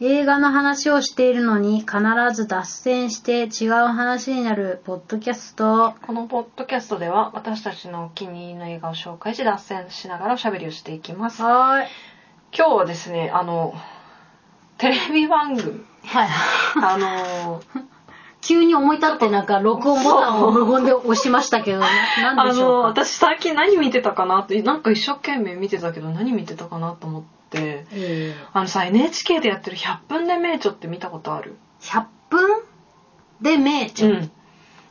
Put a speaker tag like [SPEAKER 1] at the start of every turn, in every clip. [SPEAKER 1] 映画の話をしているのに必ず脱線して違う話になるポッドキャスト。
[SPEAKER 2] このポッドキャストでは私たちのお気に入りの映画を紹介し脱線しながらおしゃべりをしていきます。今
[SPEAKER 1] はーい。
[SPEAKER 2] 日はですね、あの、テレビ番組、
[SPEAKER 1] はい。
[SPEAKER 2] あの、
[SPEAKER 1] 急に思い立ってなんか録音ボタンを無言で押しましたけど、 ななん
[SPEAKER 2] あ
[SPEAKER 1] でしょ
[SPEAKER 2] の、
[SPEAKER 1] うか。
[SPEAKER 2] 私最近何見てたかなって、なんか一生懸命見てたけど何見てたかなと思って、
[SPEAKER 1] え
[SPEAKER 2] あのさ、NHK でやってる100分で名著って見たことある
[SPEAKER 1] ー、100分で名著、
[SPEAKER 2] ん。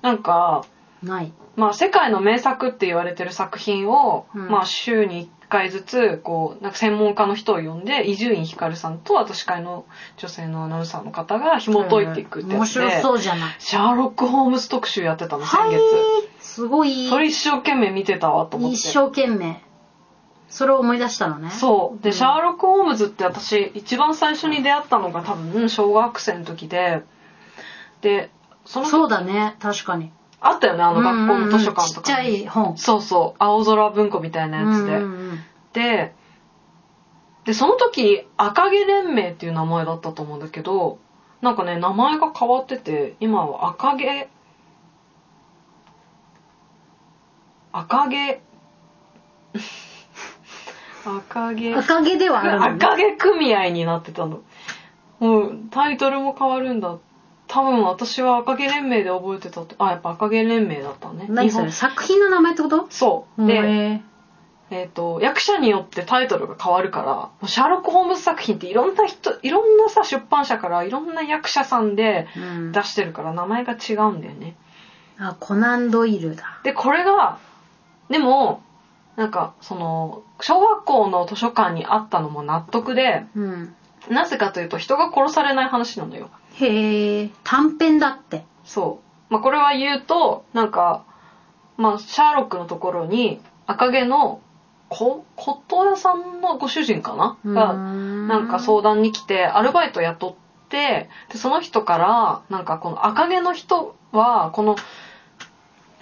[SPEAKER 2] なんか、
[SPEAKER 1] ない。
[SPEAKER 2] まあ、世界の名作って言われてる作品を、
[SPEAKER 1] うん
[SPEAKER 2] まあ、週に1回ずつこうなんか専門家の人を呼んで伊集院光さんとあと司会の女性のアナウンサーの方が紐解いていくってや
[SPEAKER 1] 面
[SPEAKER 2] つで、
[SPEAKER 1] 白そうじゃない。
[SPEAKER 2] シャーロック・ホームズ特集やってたの先
[SPEAKER 1] は
[SPEAKER 2] 月、
[SPEAKER 1] い。すごい。
[SPEAKER 2] それ一生懸命見てたわと思って
[SPEAKER 1] 一生懸命。それを思い出したのね。
[SPEAKER 2] そうで、
[SPEAKER 1] うん
[SPEAKER 2] シャーロック・ホームズって私一番最初に出会ったのが多分小学生の時ででその
[SPEAKER 1] そうだね、確かに。
[SPEAKER 2] あったよねあの学校の図書館とか
[SPEAKER 1] うんうんうん
[SPEAKER 2] に、
[SPEAKER 1] ちっちゃい本。
[SPEAKER 2] そうそう青空文庫みたいなやつで、
[SPEAKER 1] うんうんうん
[SPEAKER 2] ででその時赤毛連盟っていう名前だったと思うんだけどなんかね名前が変わってて今は赤毛赤毛 赤毛
[SPEAKER 1] 赤毛ではあるのね。
[SPEAKER 2] 赤毛組合になってたのもうタイトルも変わるんだ多分私は赤毛連盟で覚えてたとあやっぱ赤毛連盟だったね
[SPEAKER 1] 何
[SPEAKER 2] 日
[SPEAKER 1] そ
[SPEAKER 2] 本
[SPEAKER 1] れ作品の名前ってこと
[SPEAKER 2] そうで、
[SPEAKER 1] へ
[SPEAKER 2] えっと役者によってタイトルが変わるからもうシャーロック・ホームズ作品っていろんな人いろんなさ出版社からいろんな役者さんで
[SPEAKER 1] ーうん
[SPEAKER 2] 出してるから名前が違うんだよね
[SPEAKER 1] あ、コナンドイルだ。
[SPEAKER 2] でこれがでもなんかその小学校の図書館にあったのも納得で
[SPEAKER 1] うん。
[SPEAKER 2] なぜかというと人が殺されない話なのよ
[SPEAKER 1] へえ、短編だって。
[SPEAKER 2] そう、まあ、これは言うとなんか、まあ、シャーロックのところに赤毛のこ骨董屋さんのご主人かな、がな
[SPEAKER 1] なん
[SPEAKER 2] か相談に来てアルバイト雇ってでその人からなんかこの赤毛の人はこの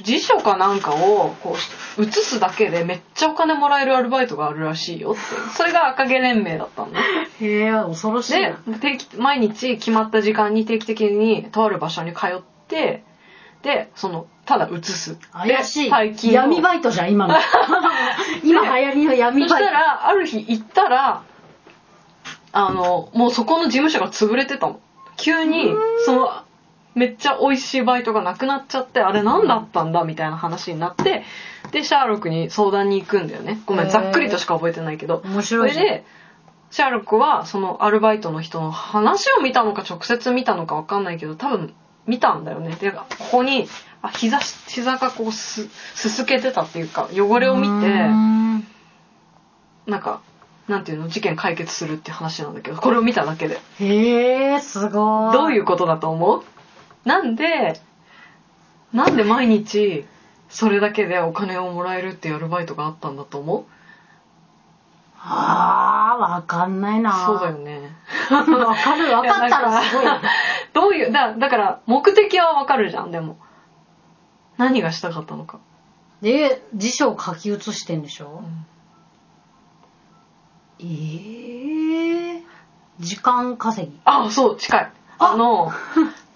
[SPEAKER 2] 辞書かなんかをこう写すだけでめっちゃお金もらえるアルバイトがあるらしいよってそれが赤毛連盟だったのね。
[SPEAKER 1] へえ、恐ろしい
[SPEAKER 2] で
[SPEAKER 1] な。
[SPEAKER 2] 定期毎日決まった時間に定期的にとある場所に通ってでそのただ移す
[SPEAKER 1] 怪し
[SPEAKER 2] で
[SPEAKER 1] い。
[SPEAKER 2] 大金を
[SPEAKER 1] 闇バイトじゃん、今 の。今流行りの闇
[SPEAKER 2] そし
[SPEAKER 1] バイ
[SPEAKER 2] たらある日行ったらあのもうそこの事務所が潰れてたの急にそのめっちゃ美味しいバイトがなくなっちゃってあれ何だったんだみたいな話になってでシャーロックに相談に行くんだよねごめ
[SPEAKER 1] へ
[SPEAKER 2] ん
[SPEAKER 1] ー
[SPEAKER 2] ざっくりとしか覚えてないけど
[SPEAKER 1] ト。面
[SPEAKER 2] そ
[SPEAKER 1] 白い
[SPEAKER 2] れ
[SPEAKER 1] じゃん。
[SPEAKER 2] でシャーロックはそのアルバイトの人の話を見たのか直接見たのか分かんないけど多分見たんだよねでここにあ膝膝がこうすすすけてたっていうか汚れを見て
[SPEAKER 1] うーん
[SPEAKER 2] なんかなんていうの事件解決するって話なんだけどこれを見ただけで
[SPEAKER 1] へえ、すごい。
[SPEAKER 2] どういうことだと思うなんでなんで毎日それだけでお金をもらえるっていうアルバイトがあったんだと思う
[SPEAKER 1] ああ、わかんないな。
[SPEAKER 2] そうだよね
[SPEAKER 1] わかる、わかったらすごい。
[SPEAKER 2] どういうだだから目的はわかるじゃんでも何がしたかったのか
[SPEAKER 1] で、辞書を書き写してんでしょ、ええー、時間稼ぎ。
[SPEAKER 2] あそう近い
[SPEAKER 1] あ
[SPEAKER 2] あの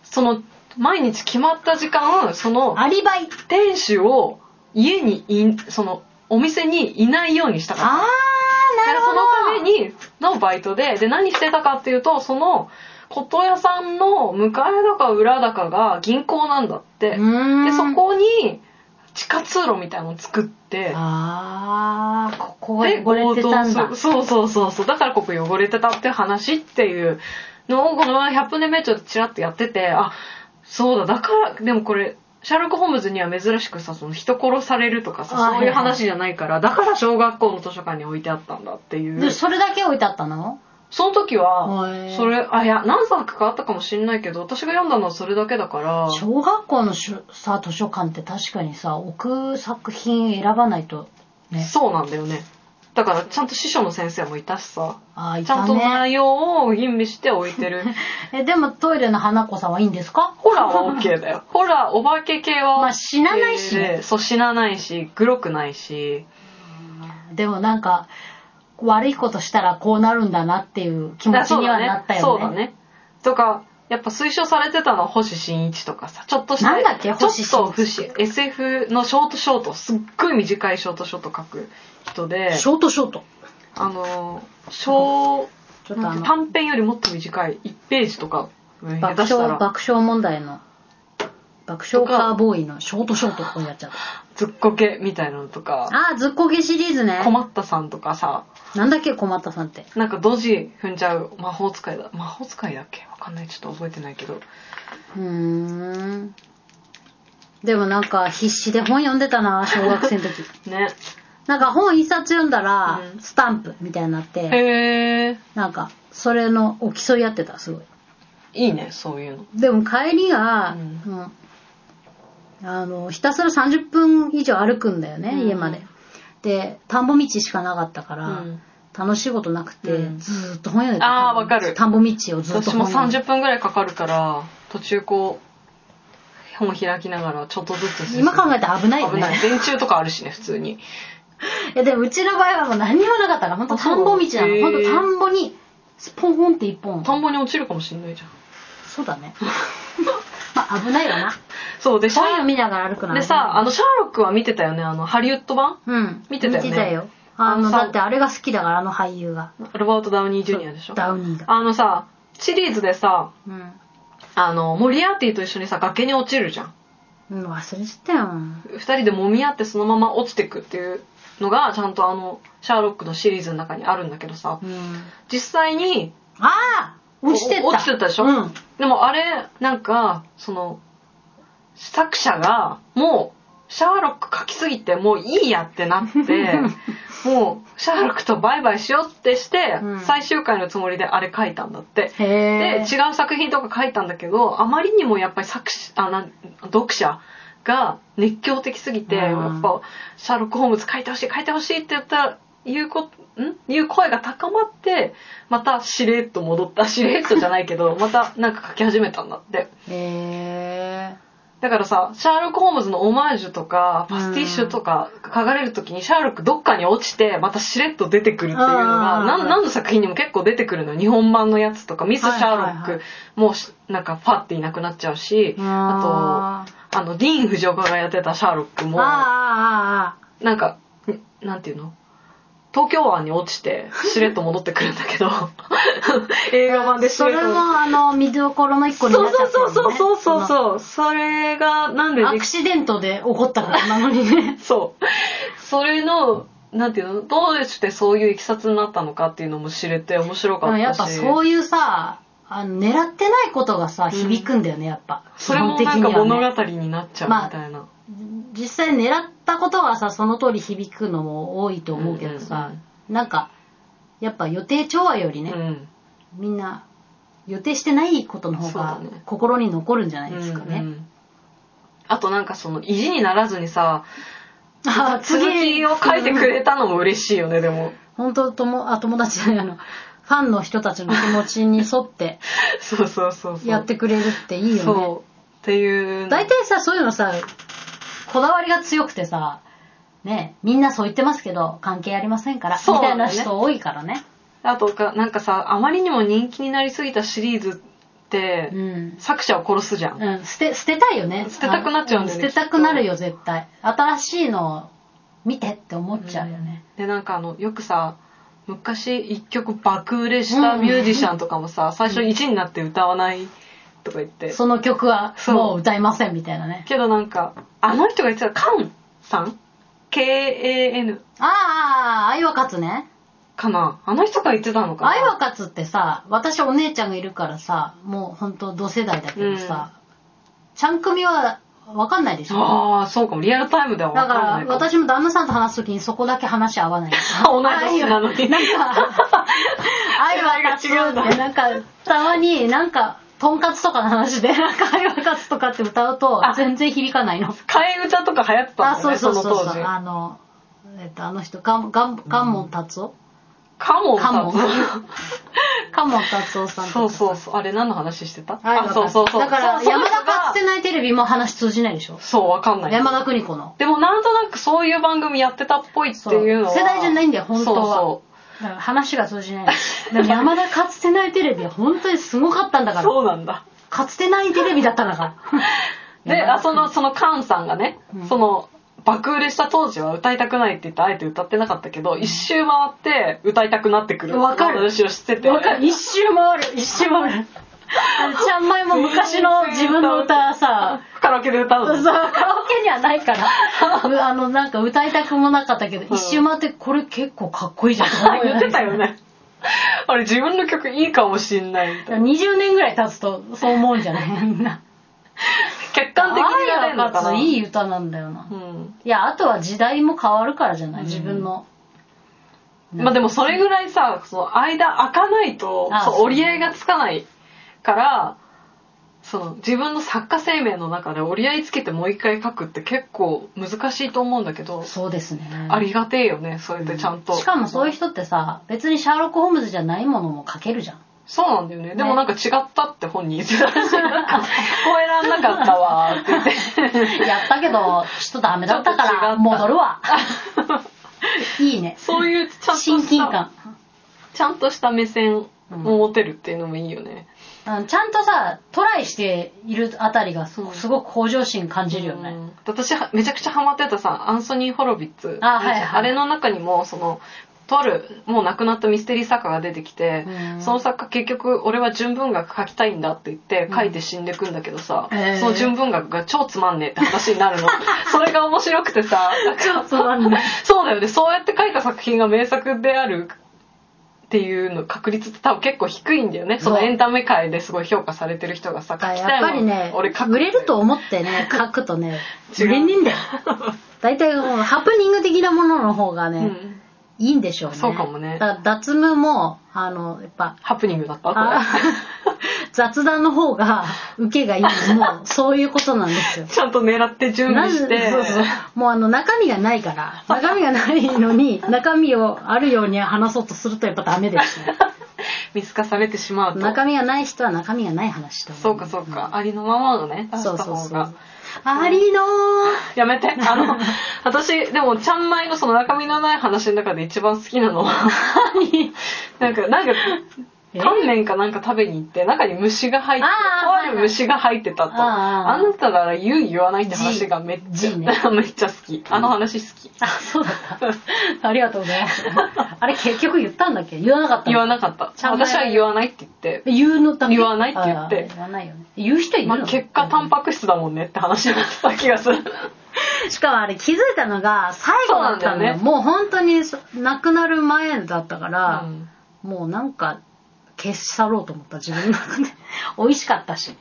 [SPEAKER 2] その毎日決まった時間その
[SPEAKER 1] アリバイ
[SPEAKER 2] 店主を家にいそのお店にいないようにしたかっ
[SPEAKER 1] あ
[SPEAKER 2] た
[SPEAKER 1] ー、なるほど
[SPEAKER 2] でそのためにのバイトでで何してたかっていうとその骨董屋さんの向かいだか裏だかが銀行なんだって
[SPEAKER 1] うーん
[SPEAKER 2] でそこに地下通路みたいのを作って
[SPEAKER 1] あー、ここが
[SPEAKER 2] で
[SPEAKER 1] 汚れてたんだ
[SPEAKER 2] 強盗。するそうそうそうそうだからここ汚れてたっていう話っていうのをこの前100分で目ちょっとチラッとやっててあそうだだからでもこれシャーロック・ホームズには珍しくさその人殺されるとかさ
[SPEAKER 1] あ
[SPEAKER 2] そ
[SPEAKER 1] はい
[SPEAKER 2] ういう
[SPEAKER 1] はい
[SPEAKER 2] 話じゃないからだから小学校の図書館に置いてあったんだってい
[SPEAKER 1] で、
[SPEAKER 2] う
[SPEAKER 1] それだけ置いてあったの
[SPEAKER 2] その時は
[SPEAKER 1] へー
[SPEAKER 2] それあいや何作かあったかもしんないけど私が読んだのはそれだけだから
[SPEAKER 1] 小学校のしゅさ、図書館って確かにさ、置く作品選ばないとね。
[SPEAKER 2] そうなんだよねだからちゃんと師匠の先生もいたしさ
[SPEAKER 1] あー、い
[SPEAKER 2] ちゃ
[SPEAKER 1] た
[SPEAKER 2] んと
[SPEAKER 1] ね。
[SPEAKER 2] 内容を吟味して置いてる
[SPEAKER 1] え、でもトイレの花子さんはいいんですか
[SPEAKER 2] ホラーは OK だよ。 ホラー、お化け系は、
[SPEAKER 1] まあ死なないしね
[SPEAKER 2] でそう、死なないし、グロくないし。
[SPEAKER 1] でもなんか悪いことしたらこうなるんだなっていう気持ちにはなったよね。
[SPEAKER 2] そうだね。とか、やっぱ推奨されてたのは星新一とかさ、ちょっとした、
[SPEAKER 1] なんだっけ
[SPEAKER 2] ちょ
[SPEAKER 1] 星
[SPEAKER 2] っ
[SPEAKER 1] 新
[SPEAKER 2] と
[SPEAKER 1] 一
[SPEAKER 2] 不思 SF のショートショート、すっごい短いショートショート書く人で、
[SPEAKER 1] ショートショート。
[SPEAKER 2] あの、小、
[SPEAKER 1] ちょっとあの、
[SPEAKER 2] 短編よりもっと短い、1ページとか、うん下
[SPEAKER 1] 爆
[SPEAKER 2] 手した
[SPEAKER 1] 笑、
[SPEAKER 2] ら、
[SPEAKER 1] 爆笑問題の、爆笑カーボーイのショートショートこうやっちゃった。
[SPEAKER 2] ずっこけみたいなのとか、
[SPEAKER 1] あー、ずっこけシリーズね。
[SPEAKER 2] 困ったさんとかさ、
[SPEAKER 1] なんだっけ、困ったさんって。
[SPEAKER 2] なんかドジ踏んじゃう魔法使いだ、魔法使いだっけわかんない、ちょっと覚えてないけど。
[SPEAKER 1] うーん。でもなんか必死で本読んでたな、小学生の 時。
[SPEAKER 2] ね。
[SPEAKER 1] なんか本一冊読んだら
[SPEAKER 2] う、ん
[SPEAKER 1] スタンプみたいになって、
[SPEAKER 2] へえ。
[SPEAKER 1] なんか、それのお競いやってた、すごい。
[SPEAKER 2] いいね、そういうの。
[SPEAKER 1] でも帰りが、
[SPEAKER 2] う
[SPEAKER 1] うんんあのひたすら30分以上歩くんだよね、
[SPEAKER 2] うん
[SPEAKER 1] 家までで田んぼ道しかなかったから、
[SPEAKER 2] うん
[SPEAKER 1] 楽しいことなくて、
[SPEAKER 2] うん
[SPEAKER 1] ずーっと本読んで
[SPEAKER 2] あーわかる
[SPEAKER 1] 田んぼ道をずっと
[SPEAKER 2] 私も
[SPEAKER 1] 読んで
[SPEAKER 2] 30分ぐらいかかるから途中こう本開きながらちょっとずつ進む
[SPEAKER 1] 今考えたら危ないよ
[SPEAKER 2] 危ない
[SPEAKER 1] ね
[SPEAKER 2] 電柱とかあるしね普通に
[SPEAKER 1] いやでもうちの場合はもう何にもなかったから本当田んぼ道なの
[SPEAKER 2] へー
[SPEAKER 1] 本当田んぼにスポンポンって一本
[SPEAKER 2] 田んぼに落ちるかもしんないじゃん
[SPEAKER 1] そうだね まあ危ないよな
[SPEAKER 2] そうでシャ
[SPEAKER 1] 本を
[SPEAKER 2] ー
[SPEAKER 1] 見ながら歩くのはね
[SPEAKER 2] でさあのシャーロックは見てたよねあのハリウッド版
[SPEAKER 1] うん
[SPEAKER 2] 見てたよね
[SPEAKER 1] 見てたよあの
[SPEAKER 2] あのさ
[SPEAKER 1] だってあれが好きだからあの俳優が
[SPEAKER 2] ロバート・ダウニー・ジュニアでしょ
[SPEAKER 1] ダウニーが
[SPEAKER 2] あのさシリーズでさ
[SPEAKER 1] うん
[SPEAKER 2] あのモリアーティと一緒にさ崖に落ちるじゃん
[SPEAKER 1] うん、忘れちゃったよ。
[SPEAKER 2] 2人で揉み合ってそのまま落ちてくっていうのがちゃんとあのシャーロックのシリーズの中にあるんだけどさ
[SPEAKER 1] うん。
[SPEAKER 2] 実際に
[SPEAKER 1] ああ落ちてった。
[SPEAKER 2] お落ちてったでしょ
[SPEAKER 1] うん。
[SPEAKER 2] でもあれ、なんか、その、作者が、もう、シャーロック書きすぎて、もういいやってな って、もう、シャーロックとバイバイしようってして、
[SPEAKER 1] うん
[SPEAKER 2] 最終回のつもりであれ書いたんだって。
[SPEAKER 1] へえ。
[SPEAKER 2] で、違う作品とか書いたんだけど、あまりにもやっぱり作詞、あ、なん、読者が熱狂的すぎて、
[SPEAKER 1] うん
[SPEAKER 2] やっぱ、シャーロック・ホームズ書いてほしい、書いてほしいって言ったら、いうこ、んいう声が高まって、またしれっと戻った、しれっとじゃないけど、またなんか書き始めたんだって。
[SPEAKER 1] へえ。
[SPEAKER 2] だからさ、シャーロック・ホームズのオマージュとか、パスティッシュとか書かれるときに、シャーロックどっかに落ちて、またしれっと出てくるっていうの
[SPEAKER 1] あ
[SPEAKER 2] が、
[SPEAKER 1] ー
[SPEAKER 2] なん何の作品にも結構出てくるのよ。日本版のやつとか、ミス・シャーロ
[SPEAKER 1] はいは
[SPEAKER 2] ッ
[SPEAKER 1] いは
[SPEAKER 2] ク
[SPEAKER 1] い
[SPEAKER 2] もし、なんかファっていなくなっちゃうし、あ
[SPEAKER 1] と、
[SPEAKER 2] と、あの、ディーン・フジオカがやってたシャーロックも、
[SPEAKER 1] あーあーあーあ
[SPEAKER 2] なんか、んなんていうの東京湾に落ちて、しれっと戻ってくるんだ けど、映画版で
[SPEAKER 1] ー。
[SPEAKER 2] し
[SPEAKER 1] そ
[SPEAKER 2] れっと
[SPEAKER 1] れも、あの、水どころの一個になっちゃ
[SPEAKER 2] そ
[SPEAKER 1] っ
[SPEAKER 2] う
[SPEAKER 1] た、ね。
[SPEAKER 2] そうそうそうそうそ
[SPEAKER 1] う。
[SPEAKER 2] うそう。それが、なんで
[SPEAKER 1] ア
[SPEAKER 2] で
[SPEAKER 1] ク
[SPEAKER 2] き。
[SPEAKER 1] シデントで起こったことなのにね
[SPEAKER 2] そう。それの、なんていうのどうしてそういういきさつになったのかっていうのも知れて面白
[SPEAKER 1] で
[SPEAKER 2] かっ
[SPEAKER 1] も
[SPEAKER 2] たし。
[SPEAKER 1] やっぱそういうさ、あの狙ってないことがさ、響くんだよね、やっぱ。
[SPEAKER 2] それも
[SPEAKER 1] 基
[SPEAKER 2] なん
[SPEAKER 1] 本的
[SPEAKER 2] か
[SPEAKER 1] にはね
[SPEAKER 2] 物語になっちゃうみたいな。
[SPEAKER 1] 実際狙ったことはさその通り響くのも多いと思うけどさ、
[SPEAKER 2] うんうん
[SPEAKER 1] なんかやっぱ予定調和よりね、
[SPEAKER 2] うん。
[SPEAKER 1] みんな予定してないことの方が
[SPEAKER 2] そうだね
[SPEAKER 1] 心に残るんじゃないですか
[SPEAKER 2] う
[SPEAKER 1] ね。
[SPEAKER 2] んあとなんかその意地にならずにさ、
[SPEAKER 1] あ
[SPEAKER 2] 続きを書いてくれたのも嬉しいよね、でも。
[SPEAKER 1] 本当ともあ友達じゃないあのファンの人たちの気持ちに沿って
[SPEAKER 2] そうそうそうそう。
[SPEAKER 1] やってくれるっていいよね。
[SPEAKER 2] そう。っていう。
[SPEAKER 1] 大体さそういうのさこだわりが強くてさねみんなそう言ってますけど関係ありませんから、
[SPEAKER 2] そ
[SPEAKER 1] み
[SPEAKER 2] う
[SPEAKER 1] た
[SPEAKER 2] ないんだ
[SPEAKER 1] な
[SPEAKER 2] よね
[SPEAKER 1] 人多いからね。
[SPEAKER 2] あとか、なんかさ、あまりにも人気になりすぎたシリーズって、
[SPEAKER 1] うん
[SPEAKER 2] 作者を殺すじゃん。
[SPEAKER 1] うん、捨て、捨てたいよね。
[SPEAKER 2] 捨てたくなっちゃうんだよね
[SPEAKER 1] 捨てたくなるよ、絶対。新しいのを見てって思っちゃうよね。
[SPEAKER 2] でなんかあのよくさ昔一曲爆売れしたミュージシャンとかもさ、最初1になって歌わないとか言って、
[SPEAKER 1] その曲は
[SPEAKER 2] そう
[SPEAKER 1] もう歌いませんみたいなね。
[SPEAKER 2] けどなんかあの人が言ってたカンさん ?K-A-N
[SPEAKER 1] ああ、愛は勝つね。
[SPEAKER 2] かなあの人が言ってたのかな
[SPEAKER 1] 愛は勝つってさ、私お姉ちゃんがいるからさ、もうほんと同世代だけどさ、ちゃん組はわかんないでしょ。
[SPEAKER 2] ああそうかもリアルタイムでは
[SPEAKER 1] だ
[SPEAKER 2] 分
[SPEAKER 1] か
[SPEAKER 2] からな
[SPEAKER 1] ら
[SPEAKER 2] い、かも
[SPEAKER 1] 私も旦那さんと話すときにそこだけ話合わない。
[SPEAKER 2] 同い年な のに
[SPEAKER 1] 愛はなんか、愛は勝つ
[SPEAKER 2] 違うんだ
[SPEAKER 1] って、なんか、たまになんか、とんかつとかの話で、なんか愛は勝つとかって歌うと
[SPEAKER 2] あ、
[SPEAKER 1] 全然響かないの。
[SPEAKER 2] 替え歌とか流行ってた
[SPEAKER 1] あ、
[SPEAKER 2] んだ
[SPEAKER 1] そう
[SPEAKER 2] よね
[SPEAKER 1] そ
[SPEAKER 2] そう
[SPEAKER 1] そ
[SPEAKER 2] の
[SPEAKER 1] うそう
[SPEAKER 2] 当時
[SPEAKER 1] あの、えっと、あの人、ガン、ガン、ガンモン達夫
[SPEAKER 2] カモン
[SPEAKER 1] カ
[SPEAKER 2] さ
[SPEAKER 1] モ
[SPEAKER 2] ん
[SPEAKER 1] ン。カモン達夫さんとか。
[SPEAKER 2] そうそうそうあれ何の話してた
[SPEAKER 1] 愛は
[SPEAKER 2] あ
[SPEAKER 1] 勝
[SPEAKER 2] そう
[SPEAKER 1] つ
[SPEAKER 2] そうそう
[SPEAKER 1] だから、
[SPEAKER 2] そう
[SPEAKER 1] 山田かつ
[SPEAKER 2] そう
[SPEAKER 1] てないテレビも話通じないでしょ。
[SPEAKER 2] そうわかんない
[SPEAKER 1] 山田邦子の。
[SPEAKER 2] でもなんとなくそういう番組やってたっぽいっていうのは
[SPEAKER 1] そう世代じゃないんだよ本当は
[SPEAKER 2] そうそう
[SPEAKER 1] だから話が通じない。で も山田かつてないテレビは本当にすごかったんだから。
[SPEAKER 2] そうなんだ。
[SPEAKER 1] かつてないテレビだったんだから。
[SPEAKER 2] で、
[SPEAKER 1] 山
[SPEAKER 2] あ
[SPEAKER 1] 田
[SPEAKER 2] その、そのカンさんがね、
[SPEAKER 1] うん
[SPEAKER 2] その、爆売れした当時は歌いたくないって言って、あえて歌ってなかったけど、一周回って歌いたくなってくる。
[SPEAKER 1] わかる
[SPEAKER 2] 話をして て。
[SPEAKER 1] わかる。一周回る。一周回る。ちゃんまいも昔の自分の歌さ、
[SPEAKER 2] カラオケで歌う
[SPEAKER 1] そう
[SPEAKER 2] の。
[SPEAKER 1] カラオケにはないから、う あの、なんか歌いたくもなかったけど、
[SPEAKER 2] うん
[SPEAKER 1] 一周回ってこれ結構かっこいいじゃんと 思うよ
[SPEAKER 2] 言ってたよ。ね。あれ自分の曲いいかもしんないみたいな。
[SPEAKER 1] 20年ぐらい経つとそう思うんじゃないみんな。
[SPEAKER 2] 客観的にやれる
[SPEAKER 1] 愛が
[SPEAKER 2] のかな。
[SPEAKER 1] 勝ついい歌なんだよな。
[SPEAKER 2] うん。
[SPEAKER 1] いや、あとは時代も変わるからじゃない、
[SPEAKER 2] うん
[SPEAKER 1] 自分の。
[SPEAKER 2] まあでもそれぐらいさ、その間開かないと
[SPEAKER 1] あ、
[SPEAKER 2] そう
[SPEAKER 1] そう
[SPEAKER 2] 折り合いがつかないから、その自分の作家生命の中で折り合いつけてもう一回書くって結構難しいと思うんだけど、
[SPEAKER 1] そうですね。
[SPEAKER 2] ありがてえよね、それでちゃんと。
[SPEAKER 1] しかもそういう人ってさ、別にシャーロック・ホームズじゃないものも書けるじゃ ん。
[SPEAKER 2] そうなんだよね。でもなんか違ったって本人言ってたらしい。 なんか、超えらんなかったわーって言っ て。
[SPEAKER 1] やったけど、ちょっとダメだったか
[SPEAKER 2] ちょっと違った
[SPEAKER 1] ら、戻るわ。いいね。
[SPEAKER 2] そういうちゃんとした
[SPEAKER 1] 親近感。
[SPEAKER 2] ちゃんとした目線を持てるっていうのもいいよね。
[SPEAKER 1] うんちゃんとさ、トライしているあたりがす
[SPEAKER 2] うん
[SPEAKER 1] すごく向上心感じるよ
[SPEAKER 2] う
[SPEAKER 1] ね。
[SPEAKER 2] ん私はめちゃくちゃハマってたさアンソニー・ホロビッツ
[SPEAKER 1] あはいはい
[SPEAKER 2] あれの中にもそのとあるもう亡くなったミステリー作家が出てきて、
[SPEAKER 1] うん
[SPEAKER 2] その作家結局俺は純文学書きたいんだって言って書いて死んでくんだけどさ、
[SPEAKER 1] へー
[SPEAKER 2] その純文学が超つまんねえって話に なるのそれが面白くてさなんか
[SPEAKER 1] そうなんだ。
[SPEAKER 2] そうだよねそうやって書いた作品が名作であるっていうの確率って多分結構低いんだよねその
[SPEAKER 1] そう
[SPEAKER 2] エンタメ界ですごい評価されてる人がさ書きた
[SPEAKER 1] や
[SPEAKER 2] い
[SPEAKER 1] っ
[SPEAKER 2] も
[SPEAKER 1] ぱ
[SPEAKER 2] ん
[SPEAKER 1] りね、
[SPEAKER 2] 俺書く
[SPEAKER 1] 売れると思って ね、書くとね、
[SPEAKER 2] 違う
[SPEAKER 1] 売れねえん だよ。大体、ハプニング的なものの方がね、
[SPEAKER 2] うん
[SPEAKER 1] いいんでしょうね。
[SPEAKER 2] そうかもね
[SPEAKER 1] だ脱無も、あの、やっぱ、
[SPEAKER 2] ハプニングだったこ
[SPEAKER 1] あ 雑談の方が受けがいいのも、そういうことなんですよ
[SPEAKER 2] れ。ちゃんと狙って準
[SPEAKER 1] な
[SPEAKER 2] 備
[SPEAKER 1] ぜ
[SPEAKER 2] して
[SPEAKER 1] そうそうもうあの中身がないから中身がないの に中身をあるように話そうとするとやっぱダメです ね
[SPEAKER 2] 見透かされてしまうと
[SPEAKER 1] 中身がない人は中身がない話と
[SPEAKER 2] そうかそうか、ありのままのね出
[SPEAKER 1] そ
[SPEAKER 2] し
[SPEAKER 1] う
[SPEAKER 2] た
[SPEAKER 1] そう
[SPEAKER 2] 方
[SPEAKER 1] そ
[SPEAKER 2] が
[SPEAKER 1] うありのー
[SPEAKER 2] や めてあの私でもちゃんまいのその中身のない話の中で一番好きなのはなんかなんか
[SPEAKER 1] え
[SPEAKER 2] 乾麺かなんか食べに行って中に虫が入って
[SPEAKER 1] あー
[SPEAKER 2] とある虫が入ってたと
[SPEAKER 1] はいはい
[SPEAKER 2] あなたなら言う言わないって話がめっち
[SPEAKER 1] G-
[SPEAKER 2] ゃ、
[SPEAKER 1] G ね
[SPEAKER 2] めっちゃ好きあの話好き
[SPEAKER 1] あそうだったありがとうございますあれ結局言ったんだっけ言わなかった
[SPEAKER 2] 言わ
[SPEAKER 1] の
[SPEAKER 2] なかった
[SPEAKER 1] ちゃんまい
[SPEAKER 2] 私は言わないって言って
[SPEAKER 1] 言うのだけ
[SPEAKER 2] 言わないって言って
[SPEAKER 1] あー言わないよね言う人いる
[SPEAKER 2] ま
[SPEAKER 1] の、
[SPEAKER 2] あ、結果タンパク質だもんねって話になってた気が する
[SPEAKER 1] しかもあれ気づいたのが最後だった
[SPEAKER 2] そうなん
[SPEAKER 1] の
[SPEAKER 2] だ
[SPEAKER 1] よ
[SPEAKER 2] よね
[SPEAKER 1] もう本当にそ亡くなる前だったから、
[SPEAKER 2] うん
[SPEAKER 1] もうなんか消し去ろうと思った自分の中で 美味しかったし、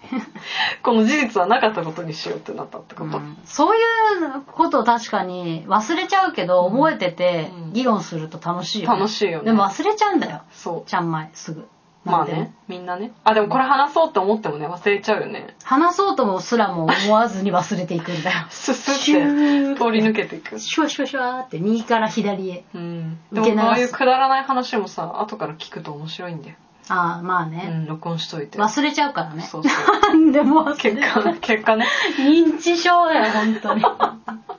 [SPEAKER 2] この事実はなかったことにしようってなったってこと、
[SPEAKER 1] そういうことを確かに忘れちゃうけど覚えてて
[SPEAKER 2] うん
[SPEAKER 1] 議論すると楽しいよ、
[SPEAKER 2] 楽しいよね
[SPEAKER 1] でも忘れちゃうんだよ
[SPEAKER 2] そう
[SPEAKER 1] ちゃんまいすぐ
[SPEAKER 2] まあ
[SPEAKER 1] なんで
[SPEAKER 2] ねみんなねあでもこれ話そうって思ってもね忘れちゃうよね
[SPEAKER 1] 話そうともすらも思わずに忘れていくんだよ
[SPEAKER 2] スッスって
[SPEAKER 1] シュー
[SPEAKER 2] 通り抜けていく
[SPEAKER 1] シュワシュワシュワーって右から左へ
[SPEAKER 2] うんで
[SPEAKER 1] 受け流
[SPEAKER 2] も
[SPEAKER 1] す
[SPEAKER 2] こういうくだらない話もさ後から聞くと面白いんだよ、
[SPEAKER 1] ああまあ
[SPEAKER 2] う
[SPEAKER 1] ね、
[SPEAKER 2] ん、録音しといて
[SPEAKER 1] 忘れちゃうからね
[SPEAKER 2] そうそう
[SPEAKER 1] なんでも忘れ
[SPEAKER 2] 結
[SPEAKER 1] ちゃう
[SPEAKER 2] 果 結果ね
[SPEAKER 1] 認知症だよ、本 当に。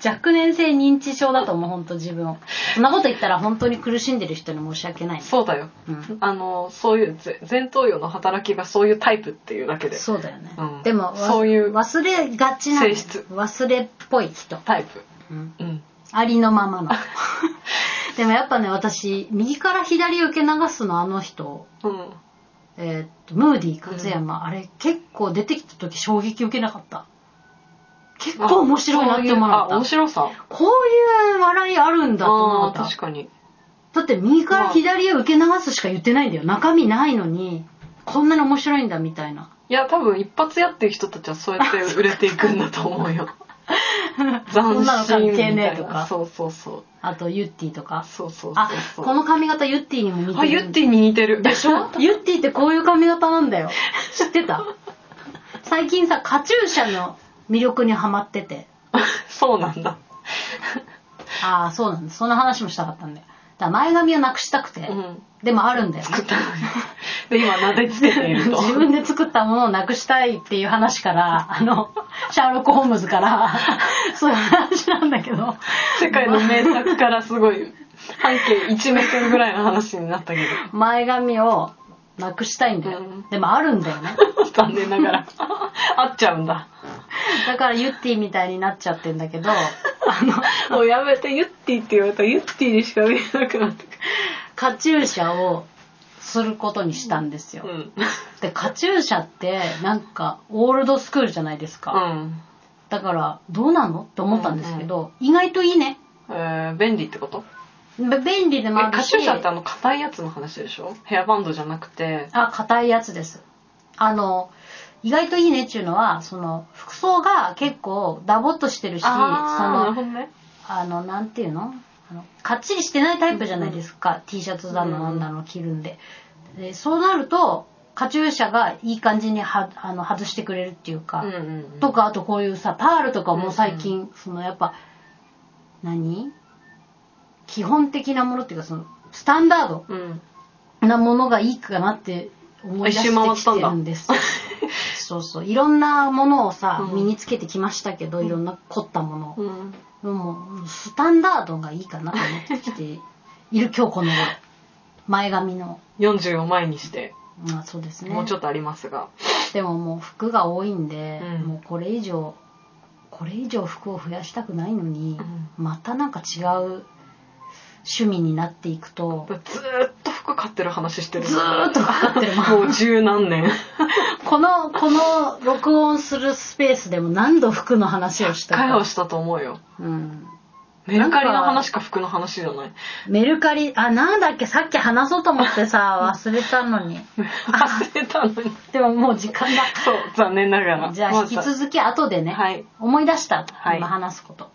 [SPEAKER 1] 若年性認知症だと思う、本当自分を。そんなこと言ったら本当に苦しんでる人に申し訳ないね。
[SPEAKER 2] そうだよ、
[SPEAKER 1] うん
[SPEAKER 2] あのそういうぜ前頭葉の働きがそういうタイプっていうだけで
[SPEAKER 1] そうだよね。
[SPEAKER 2] うん
[SPEAKER 1] でも、わ
[SPEAKER 2] そういう
[SPEAKER 1] 忘れがちなの
[SPEAKER 2] 性質
[SPEAKER 1] 忘れっぽい人。
[SPEAKER 2] タイプ
[SPEAKER 1] うん
[SPEAKER 2] うん
[SPEAKER 1] ありのままの。でもやっぱね、私、右から左受け流すのあの人、
[SPEAKER 2] うん
[SPEAKER 1] えーっと、ムーディ勝山、あれ結構出てきた時衝撃受けなかった。結構面白いなって思わな
[SPEAKER 2] あ
[SPEAKER 1] か
[SPEAKER 2] そういうあ面
[SPEAKER 1] った。
[SPEAKER 2] 白さ
[SPEAKER 1] こういう笑いあるんだと思わな
[SPEAKER 2] あ
[SPEAKER 1] か
[SPEAKER 2] あ
[SPEAKER 1] った
[SPEAKER 2] 確。かに
[SPEAKER 1] だって右から左へ受け流すしか言ってないんだよ中身ないのにこんなに面白いんだみたいない
[SPEAKER 2] や多分一発やってる人たちはそうやって売れていくんだと思うよ
[SPEAKER 1] そん
[SPEAKER 2] 斬
[SPEAKER 1] なの関
[SPEAKER 2] 新みた
[SPEAKER 1] 係ね
[SPEAKER 2] いな
[SPEAKER 1] えとか
[SPEAKER 2] そうそうそう
[SPEAKER 1] あとユッティとか
[SPEAKER 2] そうそうそう
[SPEAKER 1] あ
[SPEAKER 2] そう
[SPEAKER 1] この髪型ユッティにも似てる
[SPEAKER 2] あユッティに似てるでし ょ
[SPEAKER 1] ユッティってこういう髪型なんだよ知ってた最近さカチューシャの魅力にハマってて
[SPEAKER 2] そうなんだ
[SPEAKER 1] ああそうなんだその話もしたかったんだよだから前髪をなくしたくて、
[SPEAKER 2] うん
[SPEAKER 1] でもあるんだよ
[SPEAKER 2] 作ったのにで今撫でつけていると
[SPEAKER 1] 自分で作ったものをなくしたいっていう話から、あの、シャーロック・ホームズから、そういう話なんだけど、
[SPEAKER 2] 世界の名作からすごい半径1メートルぐらいの話になったけど。
[SPEAKER 1] 前髪をなくしたいんだよ、
[SPEAKER 2] うん
[SPEAKER 1] でもあるんだよね
[SPEAKER 2] 残念なが ら。合っちゃうんだ。
[SPEAKER 1] だからユッティみたいになっちゃってんだけどあの
[SPEAKER 2] もうやめて、ユッティって言われたらユッティにしか見えなくなってく
[SPEAKER 1] カチューシャをすることにしたんですよ、
[SPEAKER 2] る。うん。
[SPEAKER 1] でカチューシャってなんかオールドスクールじゃないですか、
[SPEAKER 2] うん。
[SPEAKER 1] だからどうなのって思ったんですけど、意外といいね
[SPEAKER 2] えー、便利ってこと
[SPEAKER 1] べ便利でもあ
[SPEAKER 2] え
[SPEAKER 1] る
[SPEAKER 2] カ
[SPEAKER 1] し
[SPEAKER 2] チューシャってあの硬いやつの話でしょヘアバンドじゃなくて。
[SPEAKER 1] あ硬いやつですあの意外といいねっていうのはその服装が結構ダボっとしてるしそ
[SPEAKER 2] ーなる
[SPEAKER 1] の
[SPEAKER 2] ほどね。
[SPEAKER 1] あのなんていうのあのかっちりしてないタイプじゃないですか、T シャツだのなんだの着るんででそうなるとカチューシャがいい感じにはあの外してくれるっていうか、
[SPEAKER 2] うんうんうん。
[SPEAKER 1] とかあとこういうさパールとかも最近、そのやっぱ何基本的なものっていうかそのスタンダード
[SPEAKER 2] うん。
[SPEAKER 1] なものがいいかなって思い出してきてるんですよそうそういろんなものをさ、
[SPEAKER 2] うん
[SPEAKER 1] 身につけてきましたけどいろんな凝ったものを、
[SPEAKER 2] うん。
[SPEAKER 1] でもスタンダードがいいかなと思ってきている今日こ の頃前髪の
[SPEAKER 2] 40を前にして、
[SPEAKER 1] まあそうですね
[SPEAKER 2] もうちょっとありますが。
[SPEAKER 1] でももう服が多いんで、
[SPEAKER 2] うん
[SPEAKER 1] もうこれ以上これ以上服を増やしたくないのに、
[SPEAKER 2] う
[SPEAKER 1] またなんか違う趣味になっていくと
[SPEAKER 2] ずーっと服買ってる話してる。
[SPEAKER 1] ずーっとかかってる
[SPEAKER 2] もう十何年。
[SPEAKER 1] このこの録音するスペースでも何度服の話をした
[SPEAKER 2] 会
[SPEAKER 1] か
[SPEAKER 2] 話、したと思うよ。
[SPEAKER 1] うん、
[SPEAKER 2] メルカリの話か服の話じゃない。
[SPEAKER 1] メルカリあなんだっけさっき話そうと思って さ忘れたのに
[SPEAKER 2] 忘れたのに。
[SPEAKER 1] でももう時間だ
[SPEAKER 2] そう、残念ながら。
[SPEAKER 1] じゃあ
[SPEAKER 2] ま
[SPEAKER 1] 引き続き後でね、
[SPEAKER 2] はい。
[SPEAKER 1] 思い出した
[SPEAKER 2] はい
[SPEAKER 1] 今話すこと